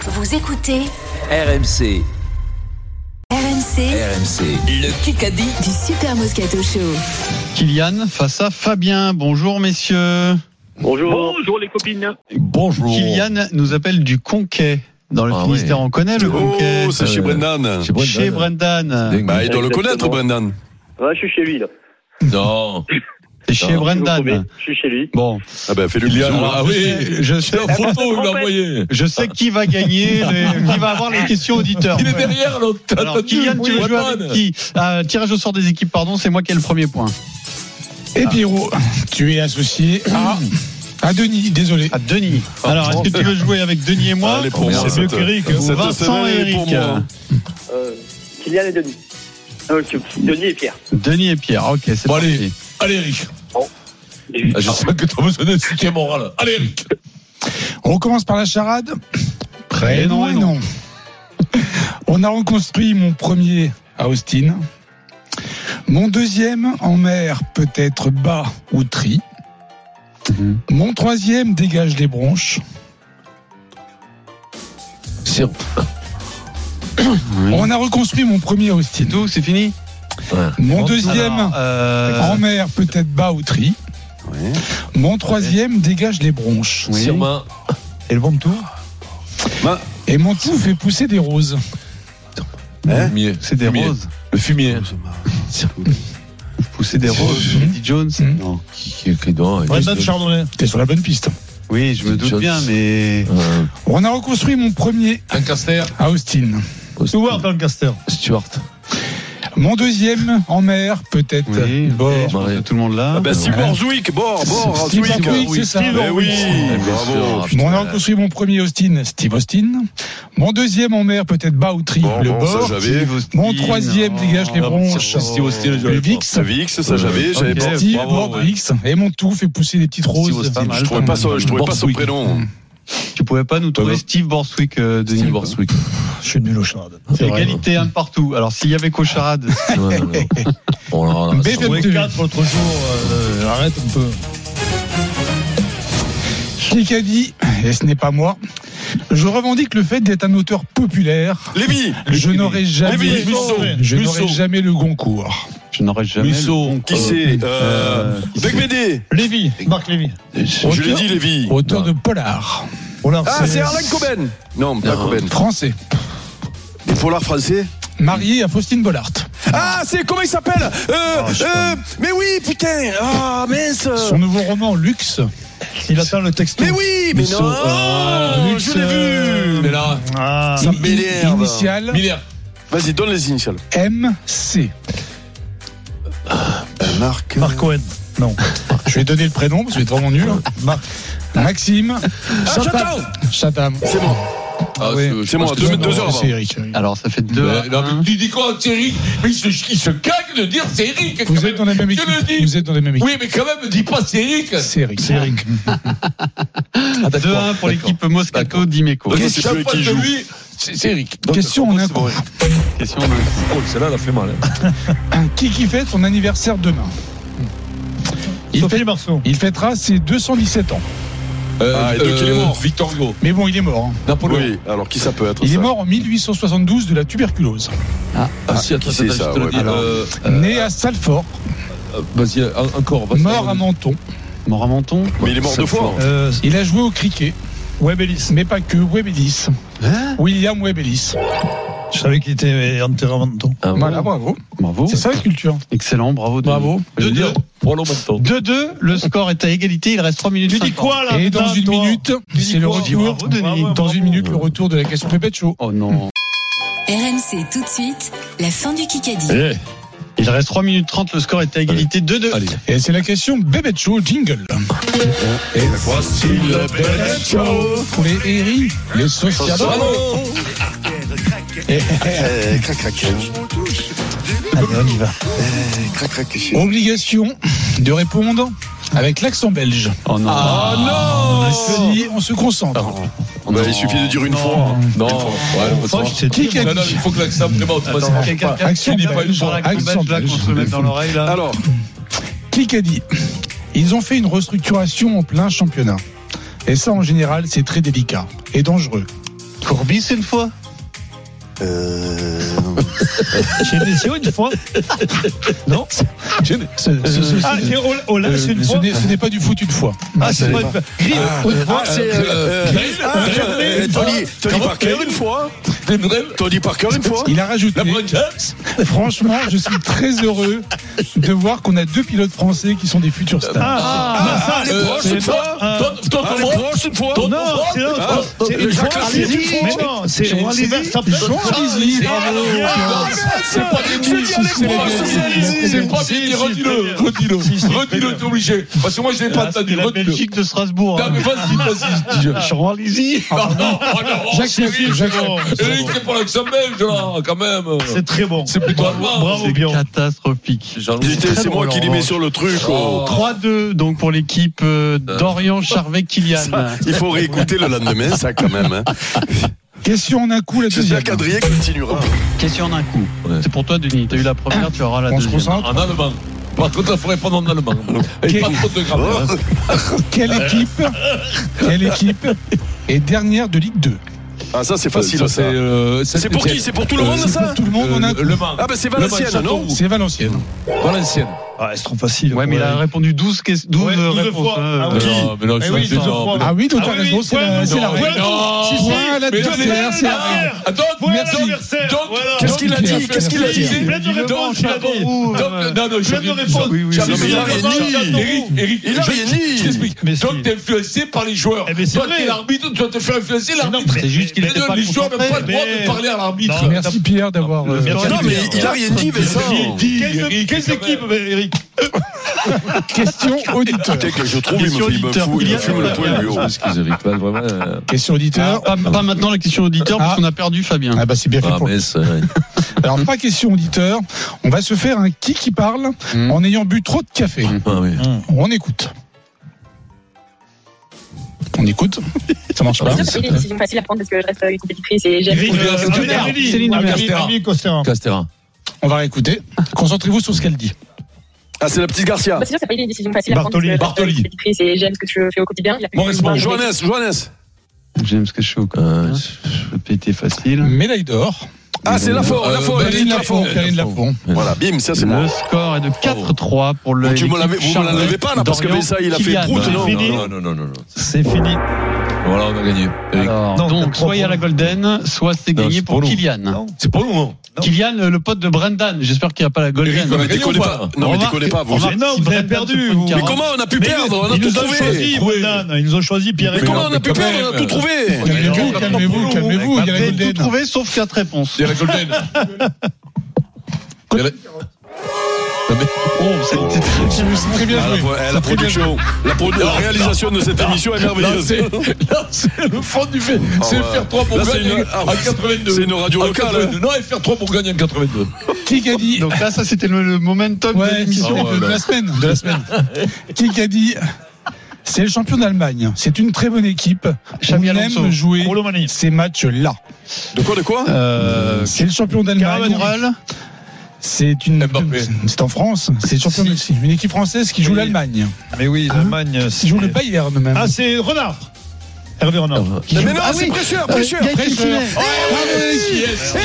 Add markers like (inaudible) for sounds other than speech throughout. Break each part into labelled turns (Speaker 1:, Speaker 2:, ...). Speaker 1: Vous écoutez
Speaker 2: RMC,
Speaker 1: RMC
Speaker 2: RMC, le Kikadi.
Speaker 1: du Super Moscato Show.
Speaker 3: Kylian face à Fabien. Bonjour messieurs.
Speaker 4: Bonjour.
Speaker 5: les copines.
Speaker 4: Bonjour.
Speaker 3: Kylian nous appelle du Conquet. Dans le
Speaker 4: Ah
Speaker 3: Finistère, on connaît le Conquet.
Speaker 4: Oh, c'est chez
Speaker 3: Euh,
Speaker 4: Brendan.
Speaker 3: Chez Brendan. Chez Brendan.
Speaker 4: Bah, il doit le
Speaker 5: Exactement.
Speaker 4: connaître, Brendan.
Speaker 5: Ouais, je suis chez lui là.
Speaker 6: Bah,
Speaker 4: Non.
Speaker 3: C'est chez
Speaker 5: Je vous promets,
Speaker 3: Brendan.
Speaker 5: Je suis chez lui.
Speaker 3: Bon,
Speaker 4: Ah bah, fais-le
Speaker 6: Il y a-
Speaker 4: bien.
Speaker 6: ah oui,
Speaker 3: je sais,
Speaker 6: la photo, il l'a envoyé.
Speaker 3: je sais
Speaker 4: Ah.
Speaker 3: qui va
Speaker 4: (laughs)
Speaker 3: gagner, les- qui va avoir les questions auditeurs.
Speaker 6: Il est derrière l'autre. T'as
Speaker 3: Alors,
Speaker 6: entendu
Speaker 3: Kylian, tu veux jouer
Speaker 6: Watman.
Speaker 3: avec qui Ah, Tirage au sort des équipes, pardon, c'est moi qui ai le premier point.
Speaker 7: Et Eh, Pierrot, tu es associé
Speaker 6: Ah.
Speaker 7: à, à Denis, désolé.
Speaker 3: À Denis.
Speaker 4: Ah,
Speaker 3: Alors, est-ce que tu veux jouer avec Denis et moi
Speaker 4: Allez, pour moi,
Speaker 3: C'est mieux
Speaker 4: cette-
Speaker 3: qu'Eric.
Speaker 4: cette
Speaker 3: ou Vincent Hein et
Speaker 4: semaine est
Speaker 3: Eric.
Speaker 4: pour moi.
Speaker 5: Euh, Kylian et Denis. Euh, Denis et Pierre.
Speaker 3: Denis et Pierre, ok, c'est
Speaker 6: Bon,
Speaker 3: parti.
Speaker 6: allez. Allez, Eric.
Speaker 5: Et-
Speaker 6: Ah, Je sens que t'as besoin d'un soutien moral. Allez, Eric.
Speaker 7: On recommence par la charade.
Speaker 3: Prénom et nom.
Speaker 7: On a reconstruit mon premier à Austin. Mon deuxième en mer peut être bas ou tri.
Speaker 3: Mhm.
Speaker 7: Mon troisième dégage les bronches.
Speaker 6: C'est
Speaker 3: Oui.
Speaker 7: On a reconstruit mon premier à Austin.
Speaker 3: C'est tout, c'est fini
Speaker 7: Mon deuxième
Speaker 3: Alors, euh,
Speaker 7: en mer peut être bas ou tri.
Speaker 3: Oui.
Speaker 7: Mon troisième dégage les bronches.
Speaker 3: Oui.
Speaker 6: Sirma.
Speaker 7: Et le bon tour
Speaker 4: Bah.
Speaker 7: Et mon tout fait pousser des roses.
Speaker 4: Hein
Speaker 6: Fumier.
Speaker 3: C'est des
Speaker 6: Fumier.
Speaker 3: roses.
Speaker 6: Le fumier.
Speaker 3: Pousser des roses.
Speaker 7: Mhm.
Speaker 3: Eddie Jones.
Speaker 7: Mhm.
Speaker 3: Non.
Speaker 6: Qui, qui, qui doit.
Speaker 7: Chardonnay. T'es sur la bonne piste.
Speaker 3: Oui, je me
Speaker 6: Eddie
Speaker 3: doute
Speaker 6: Jones.
Speaker 3: bien, mais.
Speaker 6: Euh,
Speaker 7: On a reconstruit mon premier
Speaker 6: Lancaster.
Speaker 7: à Austin.
Speaker 6: Stewart.
Speaker 7: Lancaster.
Speaker 6: Stewart.
Speaker 7: Mon deuxième en mer, peut-être.
Speaker 3: Oui,
Speaker 7: Bord.
Speaker 3: ok, je pense que tout le monde là.
Speaker 4: Ah bah, si Borzwick, Bor, Bor,
Speaker 7: Steve
Speaker 4: Borzwick.
Speaker 7: Borwick, c'est ça.
Speaker 4: Eh oui, bravo.
Speaker 6: Bravo.
Speaker 7: Bon, on a reconstruit mon premier Austin, Steve Austin. Mon deuxième en mer, peut-être bas ou tri,
Speaker 4: Bon,
Speaker 7: le
Speaker 4: bon, ça
Speaker 7: bord.
Speaker 4: j'avais.
Speaker 7: Mon troisième
Speaker 3: Oh. Ah,
Speaker 7: dégage les bronches.
Speaker 6: Steve Austin,
Speaker 7: Le Vix.
Speaker 4: Ça Vix, ça j'avais. J'avais
Speaker 3: Ok.
Speaker 4: pas-
Speaker 7: Steve
Speaker 6: bravo,
Speaker 7: bord,
Speaker 6: ouais.
Speaker 7: Vix. Et mon tout fait pousser des petites roses.
Speaker 6: Austin,
Speaker 3: pas mal.
Speaker 4: Je trouvais pas son, je trouvais pas son
Speaker 6: Borswick.
Speaker 4: prénom.
Speaker 3: Tu pouvais pas nous trouver
Speaker 6: Pardon
Speaker 3: Steve Borswick, euh, Denis.
Speaker 6: Steve Borswick.
Speaker 7: Je suis nul au charade.
Speaker 3: C'est Égalité un de partout. Alors s'il y avait Cocharade,
Speaker 6: Ouais, ouais, ouais. Oh là là, ça
Speaker 7: BFM
Speaker 6: va.
Speaker 7: TV.
Speaker 3: l'autre jour, euh, arrête un peu.
Speaker 7: Qui a dit, et ce n'est pas moi, je revendique le fait d'être un auteur populaire.
Speaker 4: Lévi,
Speaker 7: Je n'aurai jamais,
Speaker 4: Lévi, Musso.
Speaker 7: je n'aurai
Speaker 6: Musso.
Speaker 7: jamais le Goncourt.
Speaker 3: Je n'aurais jamais.
Speaker 6: Musso,
Speaker 3: le bon
Speaker 4: qui
Speaker 3: cœur.
Speaker 4: c'est Euh,
Speaker 3: qui
Speaker 4: Bec
Speaker 3: c'est
Speaker 4: Bédé.
Speaker 7: Lévy, Marc Lévy.
Speaker 4: Je l'ai dit, Lévi.
Speaker 7: Auteur
Speaker 6: Non.
Speaker 7: de Polar.
Speaker 4: Ah, c'est Arlen Coben. Non, pas
Speaker 6: Non.
Speaker 4: Coben.
Speaker 7: Français.
Speaker 4: Des polars français.
Speaker 7: Marié à Faustine Bollard.
Speaker 4: Ah, c'est comment il s'appelle Euh, euh, Mais oui, putain. Ah, mince.
Speaker 7: Son nouveau roman, Luxe. Il attend le texte.
Speaker 4: Mais oui, mais non.
Speaker 7: euh,
Speaker 4: Je l'ai vu.
Speaker 6: Mais là,
Speaker 7: Ah.
Speaker 4: Ça m'énerve.
Speaker 7: Initial
Speaker 6: Miller.
Speaker 4: Vas-y, donne les initiales.
Speaker 7: MC.
Speaker 4: Marc.
Speaker 7: Cohen. Non. Je vais donner le prénom parce que c'est vraiment nul. Marc. Maxime.
Speaker 4: Chatham.
Speaker 7: Chatham.
Speaker 4: C'est bon.
Speaker 6: Ah,
Speaker 7: ouais.
Speaker 6: je- je
Speaker 4: C'est
Speaker 6: pense
Speaker 4: moi,
Speaker 6: que
Speaker 4: deux
Speaker 6: c'est
Speaker 4: mètres, deux
Speaker 6: moi.
Speaker 4: heures.
Speaker 7: C'est Eric.
Speaker 3: Alors ça fait deux.
Speaker 6: Mais-
Speaker 3: à
Speaker 6: non, mais
Speaker 3: un.
Speaker 6: tu dis quoi, c'est Eric Mais il se, il se cague de dire c'est Eric.
Speaker 7: Vous
Speaker 6: quand
Speaker 7: êtes dans
Speaker 6: même.
Speaker 7: la même
Speaker 6: Je
Speaker 7: équipe.
Speaker 6: le dis.
Speaker 7: Vous êtes dans la même équipe.
Speaker 6: Oui, mais quand même, dis pas c'est Eric.
Speaker 7: C'est Eric. Ah. C'est Eric.
Speaker 3: 2-1 pour l'équipe Moscato
Speaker 6: D'accord.
Speaker 3: d'Imeco.
Speaker 6: Donc,
Speaker 4: Ok, c'est
Speaker 6: chaque
Speaker 4: plus
Speaker 6: fois
Speaker 4: qui
Speaker 6: de
Speaker 4: joue.
Speaker 6: lui, c'est c'est Eric. Donc,
Speaker 7: Question en un
Speaker 6: c'est bon.
Speaker 7: coup.
Speaker 3: Question de-
Speaker 6: Oh, celle-là, elle a fait mal. hein.
Speaker 7: (laughs) Qui qui fête son anniversaire demain il, fête- il fêtera ses 217 ans.
Speaker 4: Ah, et donc, il est mort.
Speaker 6: Victor Hugo.
Speaker 7: Mais bon, il est mort. hein.
Speaker 6: Napoléon.
Speaker 4: Oui, alors qui ça peut être
Speaker 7: Il
Speaker 4: ça
Speaker 7: est mort en 1872 de la tuberculose.
Speaker 6: Ah, si, attends,
Speaker 4: qui c'est,
Speaker 6: attends, je
Speaker 4: ça,
Speaker 6: te le
Speaker 4: ouais,
Speaker 6: dis.
Speaker 4: alors.
Speaker 6: Euh,
Speaker 7: Né à Salford,
Speaker 6: euh, Vas-y, en- encore. vas-y.
Speaker 7: mort à Menton.
Speaker 3: Mort à Menton.
Speaker 4: Mais il est mort deux fois.
Speaker 7: Euh, Il a joué au cricket. Webelis. Mais pas que Webelis.
Speaker 3: Hein
Speaker 7: William Webelis.
Speaker 8: Je savais qu'il était enterré avant temps.
Speaker 6: Ah, bon.
Speaker 7: Voilà, bravo.
Speaker 3: Bravo.
Speaker 7: C'est ça la culture.
Speaker 3: Excellent, bravo. Denis.
Speaker 7: Bravo.
Speaker 6: Je veux
Speaker 3: Deux,
Speaker 6: dire,
Speaker 3: deux.
Speaker 6: pour aller au Menton.
Speaker 3: 2-2, le score est à égalité, il reste 3 minutes.
Speaker 8: Tu dis
Speaker 3: 50.
Speaker 8: quoi là
Speaker 7: Et dans
Speaker 8: putain,
Speaker 7: une
Speaker 8: toi
Speaker 7: minute,
Speaker 8: dis
Speaker 7: c'est le
Speaker 8: quoi
Speaker 7: retour.
Speaker 3: Bravo, Denis.
Speaker 7: Dans
Speaker 8: Bravo.
Speaker 7: une minute, le retour de la question Pépette Show.
Speaker 3: Oh non.
Speaker 1: RMC tout de suite, la fin du Kikadi.
Speaker 6: Eh,
Speaker 3: Il reste 3 minutes 30, le score est à égalité 2-2.
Speaker 6: Allez.
Speaker 7: Et c'est la question Bébête Show jingle.
Speaker 6: Et voici le Bébé Show.
Speaker 7: Pour les Eri, les sociados.
Speaker 8: Euh, Allez, on y va. Euh,
Speaker 7: Obligation de répondre avec l'accent belge.
Speaker 3: Oh non.
Speaker 7: Si on se concentre.
Speaker 4: Bah, Il suffit de dire une fois.
Speaker 6: Non, ouais, on va se voir.
Speaker 7: Qui qui a
Speaker 6: Non, non,
Speaker 7: dit
Speaker 6: il faut que l'accent vraiment automatique.
Speaker 3: Attends, quelqu'un qui a
Speaker 7: Action
Speaker 3: dit
Speaker 7: belge,
Speaker 3: pas une fois la
Speaker 7: action
Speaker 3: combat, là, qu'on
Speaker 7: belge.
Speaker 3: se le mette dans l'oreille là.
Speaker 4: Alors,
Speaker 7: Qui qui a dit Ils ont fait une restructuration en plein championnat. Et ça, en général, c'est très délicat et dangereux.
Speaker 8: Courbis une fois
Speaker 9: Chez Décio une fois Non
Speaker 7: Ce- ce- ce-
Speaker 9: Ah, chez Ola-
Speaker 7: euh,
Speaker 9: Ola, c'est une
Speaker 7: ce
Speaker 9: fois
Speaker 7: n'est- ce n'est pas du foot une fois.
Speaker 9: Ah, c'est pas une fois. Grill, une fois, c'est. euh,
Speaker 4: Ah,
Speaker 9: Grill,
Speaker 4: euh,
Speaker 9: une fois.
Speaker 4: Tony, Tony Parker une fois.
Speaker 6: Des nouvelles
Speaker 4: Tony Parker une fois.
Speaker 7: Il a rajouté.
Speaker 6: LeBron James
Speaker 7: Franchement, je suis très heureux de voir qu'on a deux pilotes français qui sont des futurs stars.
Speaker 9: Ah,
Speaker 4: Ah, les proches une fois.
Speaker 6: Toi,
Speaker 4: Ah, les proches une fois.
Speaker 9: c'est-
Speaker 6: Ton-
Speaker 9: non, c'est l'autre.
Speaker 4: Ah,
Speaker 9: C'est une
Speaker 4: Jacques
Speaker 9: fois,
Speaker 4: Arlési,
Speaker 9: c'est- Mais non, c'est c'est Verstappen.
Speaker 7: Jean-Lizy, bravo.
Speaker 4: C'est pas des
Speaker 6: Je dis
Speaker 7: si,
Speaker 6: les proches,
Speaker 7: c'est
Speaker 6: c'est
Speaker 7: la-
Speaker 6: Alizé. C'est pas fini, redis-le, redis-le, redis-le, t'es obligé. Parce que moi, je l'ai pas entendu,
Speaker 8: La
Speaker 6: redis-le.
Speaker 8: Belgique de Strasbourg.
Speaker 3: hein.
Speaker 6: Non, mais vas-y, vas-y, dis-le.
Speaker 8: Laurent Lizy.
Speaker 9: Ah,
Speaker 6: Non, non, oh non,
Speaker 7: Jacques
Speaker 6: c'est
Speaker 7: Laffitte,
Speaker 6: lui,
Speaker 7: Jacques
Speaker 6: c'est bon.
Speaker 7: Laffitte.
Speaker 6: Et lui, c'est pour l'accent belge, là, quand même.
Speaker 9: C'est très bon.
Speaker 6: C'est plutôt à moi.
Speaker 9: Bravo,
Speaker 3: C'est
Speaker 9: Bion.
Speaker 3: catastrophique.
Speaker 4: J'étais- C'est moi qui les mets sur le truc. oh.
Speaker 3: 3-2 donc pour l'équipe euh, d'Orient Charvet Kylian.
Speaker 4: Il faut réécouter le lendemain, ça quand même. hein.
Speaker 7: Question en un coup, la deuxième.
Speaker 4: J'espère qu'Adrien continuera.
Speaker 3: Question d'un coup. C'est pour toi Denis, t'as eu la première, tu auras la
Speaker 7: On se
Speaker 3: deuxième.
Speaker 7: concentre.
Speaker 6: En allemand. Par contre, il faut répondre en allemand. Et
Speaker 7: Quel-
Speaker 6: pas trop de grammaire. hein.
Speaker 7: Quelle équipe Quelle équipe est dernière de Ligue 2
Speaker 4: Ah, ça, c'est facile,
Speaker 6: Ça,
Speaker 4: ça.
Speaker 6: c'est, euh,
Speaker 4: C'est pour qui C'est pour tout le monde,
Speaker 7: C'est
Speaker 4: ça
Speaker 7: pour tout le monde en un
Speaker 6: Euh,
Speaker 7: coup.
Speaker 6: Le Mans.
Speaker 4: Ah, bah, c'est Valenciennes, non
Speaker 7: C'est Valenciennes.
Speaker 6: Valenciennes.
Speaker 8: Ah, c'est trop facile.
Speaker 3: Ouais, mais il a répondu 12, ques- 12
Speaker 9: Ouais, 12
Speaker 3: réponses.
Speaker 9: fois.
Speaker 3: hein.
Speaker 9: Ah oui.
Speaker 6: Non, mais non, je
Speaker 9: Eh oui,
Speaker 6: suis
Speaker 9: ils sont
Speaker 6: non,
Speaker 9: forts.
Speaker 6: mais non.
Speaker 7: Ah oui, donc
Speaker 9: Ah
Speaker 7: t'as
Speaker 9: oui,
Speaker 7: raison, c'est
Speaker 9: ouais,
Speaker 7: la-
Speaker 9: non,
Speaker 7: c'est la
Speaker 9: ouais,
Speaker 7: règle.
Speaker 6: non.
Speaker 7: Si, si,
Speaker 6: Point
Speaker 7: la
Speaker 6: mais non,
Speaker 7: deuxième,
Speaker 6: mais-
Speaker 7: c'est la règle.
Speaker 6: Attends,
Speaker 9: Voilà
Speaker 6: merci.
Speaker 9: l'anniversaire.
Speaker 6: Donc,
Speaker 9: Voilà.
Speaker 4: Qu'est-ce qu'il a dit Qu'est-ce qu'il a dit
Speaker 9: Plein de réponses, il a dit.
Speaker 3: Ouh,
Speaker 6: Donc,
Speaker 3: ouais.
Speaker 6: non, non, je
Speaker 9: Plein de
Speaker 6: je-
Speaker 9: réponses.
Speaker 3: Oui, oui,
Speaker 6: j'avais-
Speaker 4: oui.
Speaker 6: j'avais-
Speaker 4: Il a rien
Speaker 6: j'avais-
Speaker 4: dit.
Speaker 6: Eric, Eric,
Speaker 4: Il a
Speaker 6: je-
Speaker 4: rien dit.
Speaker 6: Je t'explique.
Speaker 9: Mais
Speaker 6: Donc,
Speaker 9: si.
Speaker 6: t'es influencé par les joueurs.
Speaker 9: Eh ben, c'est
Speaker 6: Toi,
Speaker 9: vrai.
Speaker 6: t'es l'arbitre, toi, te fais influencer l'arbitre.
Speaker 3: C'est juste qu'il
Speaker 6: Les
Speaker 3: était pas
Speaker 6: les joueurs n'ont
Speaker 3: concentré.
Speaker 6: pas le droit de
Speaker 9: Mais-
Speaker 6: parler à l'arbitre.
Speaker 9: Non,
Speaker 7: Merci Pierre d'avoir. euh,
Speaker 9: Merci.
Speaker 4: Non, mais il a rien dit, Vincent.
Speaker 9: Quelle quelle équipe, Eric
Speaker 4: (laughs)
Speaker 7: Question auditeur.
Speaker 4: Putain, que je trouve, il me
Speaker 3: Question
Speaker 4: fait- il me
Speaker 3: auditeur.
Speaker 4: fout, il me
Speaker 3: Kylian,
Speaker 4: fume le
Speaker 3: euh,
Speaker 4: poil, lui. oh.
Speaker 6: Excuse Eric, là, vraiment. euh,
Speaker 7: Question auditeur.
Speaker 3: Ah, Pas, pas maintenant la question auditeur parce
Speaker 7: Hein Ah.
Speaker 3: qu'on a perdu Fabien.
Speaker 7: Ah bah c'est bien fait
Speaker 6: Ah,
Speaker 7: pour.
Speaker 6: mais c'est-
Speaker 7: (laughs) Alors pas question auditeur. On va se faire un qui qui parle
Speaker 3: Mm.
Speaker 7: en ayant bu trop de café. Mm.
Speaker 6: Ah, oui.
Speaker 7: On écoute. On écoute. Ça marche pas.
Speaker 10: Bah, C'est une décision facile à prendre parce que je reste une compétitrice et j'aime.
Speaker 9: Eric, euh,
Speaker 6: Costera.
Speaker 9: Costera. Amélie,
Speaker 3: Céline
Speaker 9: Amélie,
Speaker 6: Costera.
Speaker 9: Amélie Costera.
Speaker 6: Castera.
Speaker 7: On va réécouter. Concentrez-vous sur ce qu'elle dit.
Speaker 4: Ah, c'est la petite Garcia.
Speaker 10: Bah, c'est sûr, c'est pas une décision facile à prendre parce que je reste
Speaker 6: Bartoli.
Speaker 10: une compétitrice et j'aime ce que tu fais au quotidien. Il a
Speaker 6: Bon,
Speaker 10: plus-
Speaker 6: respect.
Speaker 4: Johannes, Johannes.
Speaker 3: J'aime ce que je suis au
Speaker 6: Euh,
Speaker 3: Pété
Speaker 6: Mm.
Speaker 3: facile.
Speaker 7: Médaille d'or.
Speaker 4: Ah, c'est Lafont,
Speaker 6: Euh,
Speaker 4: Lafont,
Speaker 6: bah,
Speaker 4: la
Speaker 7: Caroline
Speaker 4: petite
Speaker 6: Lafont.
Speaker 4: Lafont.
Speaker 7: Lafont. Caroline Lafont.
Speaker 4: Voilà, bim, ça c'est moi.
Speaker 3: Le score est de 4-3 pour le.
Speaker 4: Vous, tu me
Speaker 3: l'équipe
Speaker 4: l'avez- vous me
Speaker 3: Charvet
Speaker 4: l'enlevez pas, là, parce que
Speaker 3: d'Orient.
Speaker 4: ça, il a fait
Speaker 3: Kylian.
Speaker 4: prout, non,
Speaker 9: fini.
Speaker 6: Non, non, non, non, non.
Speaker 9: C'est fini.
Speaker 6: Voilà, on a gagné. Eric.
Speaker 3: Alors,
Speaker 9: Non,
Speaker 3: donc,
Speaker 9: quatre
Speaker 3: soit il y a
Speaker 9: trois
Speaker 3: la Golden, soit c'est
Speaker 6: Non,
Speaker 3: gagné
Speaker 6: c'est
Speaker 3: pour
Speaker 6: pour nous.
Speaker 3: Kylian.
Speaker 6: C'est pour nous, non
Speaker 3: Kylian, euh, le pote de Brendan, j'espère qu'il n'y a pas la
Speaker 6: Eric,
Speaker 3: Golden.
Speaker 6: on a
Speaker 4: Mais
Speaker 6: gagné
Speaker 4: déconnez
Speaker 6: ou
Speaker 4: pas. Non, mais
Speaker 3: Remarque-
Speaker 4: déconnez pas, vous.
Speaker 3: remarque,
Speaker 9: Mais non,
Speaker 3: si
Speaker 9: vous avez
Speaker 3: Brendan
Speaker 9: perdu,
Speaker 3: se prend une
Speaker 9: vous.
Speaker 3: carotte,
Speaker 4: Mais comment on a pu
Speaker 9: Mais
Speaker 4: perdre On a
Speaker 9: ils
Speaker 4: tout
Speaker 9: nous ont
Speaker 4: trouvé.
Speaker 9: choisi, Brendan. Ils nous ont choisi, Pierre.
Speaker 4: Mais
Speaker 9: et
Speaker 4: comment
Speaker 9: moi.
Speaker 4: on a pu
Speaker 6: quand
Speaker 4: perdre On a
Speaker 6: même.
Speaker 4: tout trouvé.
Speaker 7: Calmez-vous,
Speaker 9: non,
Speaker 7: calmez-vous,
Speaker 9: non,
Speaker 7: calmez-vous. Il y a la
Speaker 3: Vous avez
Speaker 7: Golden.
Speaker 3: tout trouvé sauf quatre réponses.
Speaker 6: Il y a la Golden. Il y a la-
Speaker 7: C'est très bien
Speaker 4: Ah, la,
Speaker 7: joué.
Speaker 4: pro- eh, la production, la, produ- la réalisation de cette émission est
Speaker 6: Là,
Speaker 4: merveilleuse.
Speaker 6: c'est là, c'est le fond du fait. C'est
Speaker 4: ouais.
Speaker 6: faire 3 pour
Speaker 4: Là, c'est
Speaker 6: gagner
Speaker 4: une- ah,
Speaker 6: en 82.
Speaker 4: c'est une radio
Speaker 6: En
Speaker 4: locale, hein.
Speaker 6: 82. Non, et faire 3 pour gagner en 82.
Speaker 7: Qui a dit
Speaker 3: Donc là, ça c'était le, le momentum de
Speaker 7: Ouais,
Speaker 3: l'émission.
Speaker 7: c'est
Speaker 6: Ah ouais,
Speaker 7: de
Speaker 6: bah.
Speaker 7: la semaine. De la semaine. (laughs) Qui a dit C'est le champion d'Allemagne. C'est une très bonne équipe. On
Speaker 3: Xabi Alonso.
Speaker 7: aime jouer
Speaker 9: Rouleau Mani.
Speaker 7: ces matchs-là.
Speaker 4: hein. De quoi, de quoi
Speaker 3: Euh,
Speaker 7: C'est le champion d'Allemagne.
Speaker 3: Caravanrel,
Speaker 7: C'est une.
Speaker 6: Mbappé.
Speaker 7: C'est en France. C'est le champion
Speaker 3: Si.
Speaker 7: de- c'est une équipe française qui joue
Speaker 9: Oui.
Speaker 7: l'Allemagne.
Speaker 9: Mais oui, l'Allemagne.
Speaker 7: Qui joue le Bayern même.
Speaker 9: Ah, c'est Renard. Hervé Renard.
Speaker 4: Mais non, c'est pressure, pressure.
Speaker 3: Gaël
Speaker 7: Pressure.
Speaker 3: Kitchener.
Speaker 9: Oh,
Speaker 7: Ah,
Speaker 6: Yes,
Speaker 4: Eh
Speaker 6: yes.
Speaker 4: oui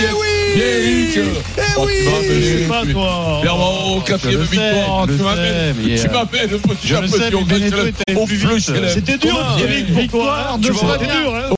Speaker 6: Eric.
Speaker 4: Eh
Speaker 6: Oh, tu m'as
Speaker 4: oui
Speaker 6: appelé.
Speaker 9: Je sais pas, toi.
Speaker 6: Pierre Moreau, quatrième
Speaker 3: le sais,
Speaker 6: victoire.
Speaker 3: je
Speaker 6: Tu
Speaker 3: le
Speaker 6: m'amènes,
Speaker 3: sais, mais,
Speaker 6: tu
Speaker 3: euh,
Speaker 6: m'amènes, le petit
Speaker 3: je le sais, mais
Speaker 6: champion d'Angleterre
Speaker 3: Benetton était
Speaker 6: au
Speaker 3: plus
Speaker 6: fleuve
Speaker 3: vite.
Speaker 6: célèbre.
Speaker 9: C'était dur,
Speaker 4: Thomas,
Speaker 9: Eric, victoire de
Speaker 4: vas
Speaker 9: C'était dur, hein.